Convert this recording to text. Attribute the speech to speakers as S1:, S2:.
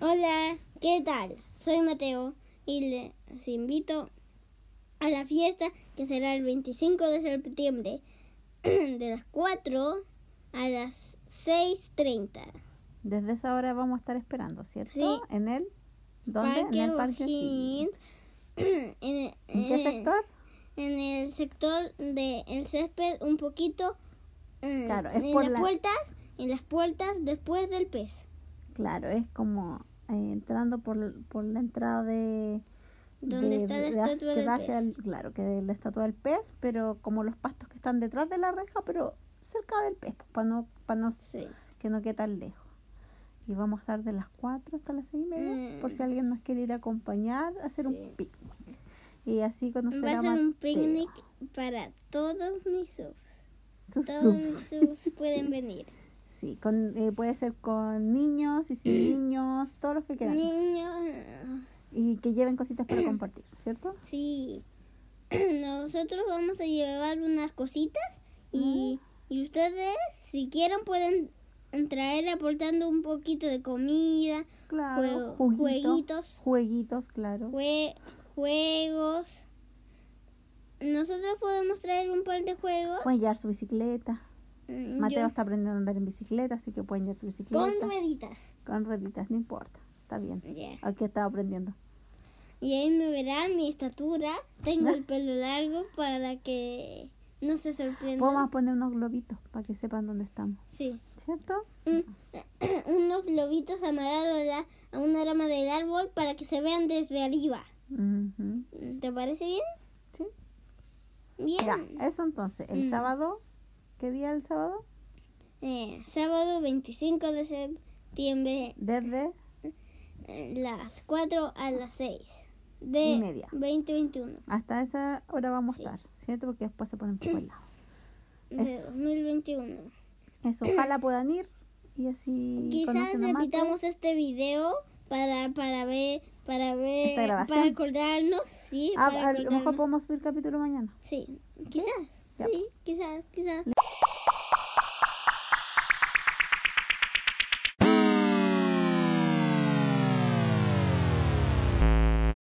S1: Hola, ¿qué tal? Soy Mateo y les invito a la fiesta que será el 25 de septiembre de las 4 a las 6.30.
S2: Desde esa hora vamos a estar esperando, ¿cierto?
S1: Sí.
S2: En el ¿dónde? en el parque. O'Higgins.
S1: O'Higgins, en,
S2: ¿En qué
S1: eh,
S2: sector?
S1: En el sector del césped, un poquito eh,
S2: Claro, es
S1: en
S2: por
S1: las
S2: la-
S1: puertas, en las puertas después del pez.
S2: Claro, es como eh, entrando por, por la entrada de
S1: Donde está la
S2: hacia-
S1: estatua
S2: que
S1: del
S2: da
S1: pez.
S2: hacia el- claro, que de la estatua del pez, pero como los pastos que están detrás de la reja, pero cerca del pez, para no, para no
S1: Sí.
S2: que no quede tan lejos. Y vamos a estar de las 4 hasta las 6 y media, por
S1: Mm.
S2: si alguien nos quiere ir a acompañar, a hacer
S1: Sí.
S2: un picnic. Y así conocer
S1: Va a
S2: a
S1: ser un
S2: Mateo.
S1: picnic para todos mis subs.
S2: Sus
S1: Todos mis
S2: subs.
S1: subs pueden venir.
S2: Sí, con, eh, puede ser con niños y sin niños, todos los que quieran.
S1: Niños,
S2: Y que lleven cositas para compartir, ¿cierto?
S1: sí. Nosotros vamos a llevar unas cositas y, y ustedes, si quieren, pueden traer aportando un poquito de comida,
S2: Claro,
S1: Juego-
S2: juguito,
S1: jueguitos.
S2: Jueguitos, claro.
S1: jue- juegos. Nosotros podemos traer un par de juegos.
S2: Pueden llevar su bicicleta.
S1: Mm,
S2: Mateo
S1: yo-
S2: está aprendiendo a andar en bicicleta, así que pueden llevar su bicicleta.
S1: con rueditas.
S2: Con rueditas, no importa. Está bien.
S1: Ya.
S2: Aquí estaba aprendiendo.
S1: Y ahí me verán mi estatura. Tengo el pelo largo para que no se
S2: Podemos
S1: sorprendan.
S2: poner unos globitos para que sepan dónde estamos,
S1: Sí.
S2: ¿cierto?
S1: Un- unos globitos amarrados a, la- a una rama del árbol para que se vean desde arriba.
S2: Ujú.
S1: ¿Te parece bien?
S2: Sí.
S1: Bien.
S2: Ya, eso entonces. El
S1: Mm.
S2: sábado, ¿qué día el sábado?
S1: Eh, sábado 25 de septiembre,
S2: Desde
S1: eh, las 4 a las 6
S2: Y
S1: de
S2: media.
S1: 2021.
S2: hasta esa hora vamos
S1: Sí.
S2: a estar, ¿cierto? Porque después se ponen un poco helados.
S1: De
S2: Eso.
S1: 2021.
S2: Eso, ojalá puedan ir y así
S1: Quizás
S2: conocen a Mate.
S1: repitamos este video para para ver para ver
S2: Esta grabación.
S1: para acordarnos, sí,
S2: Ah,
S1: para
S2: a lo mejor
S1: acordarnos.
S2: podemos subir capítulo mañana.
S1: Sí, quizás.
S2: Ya.
S1: Sí, quizás, quizás.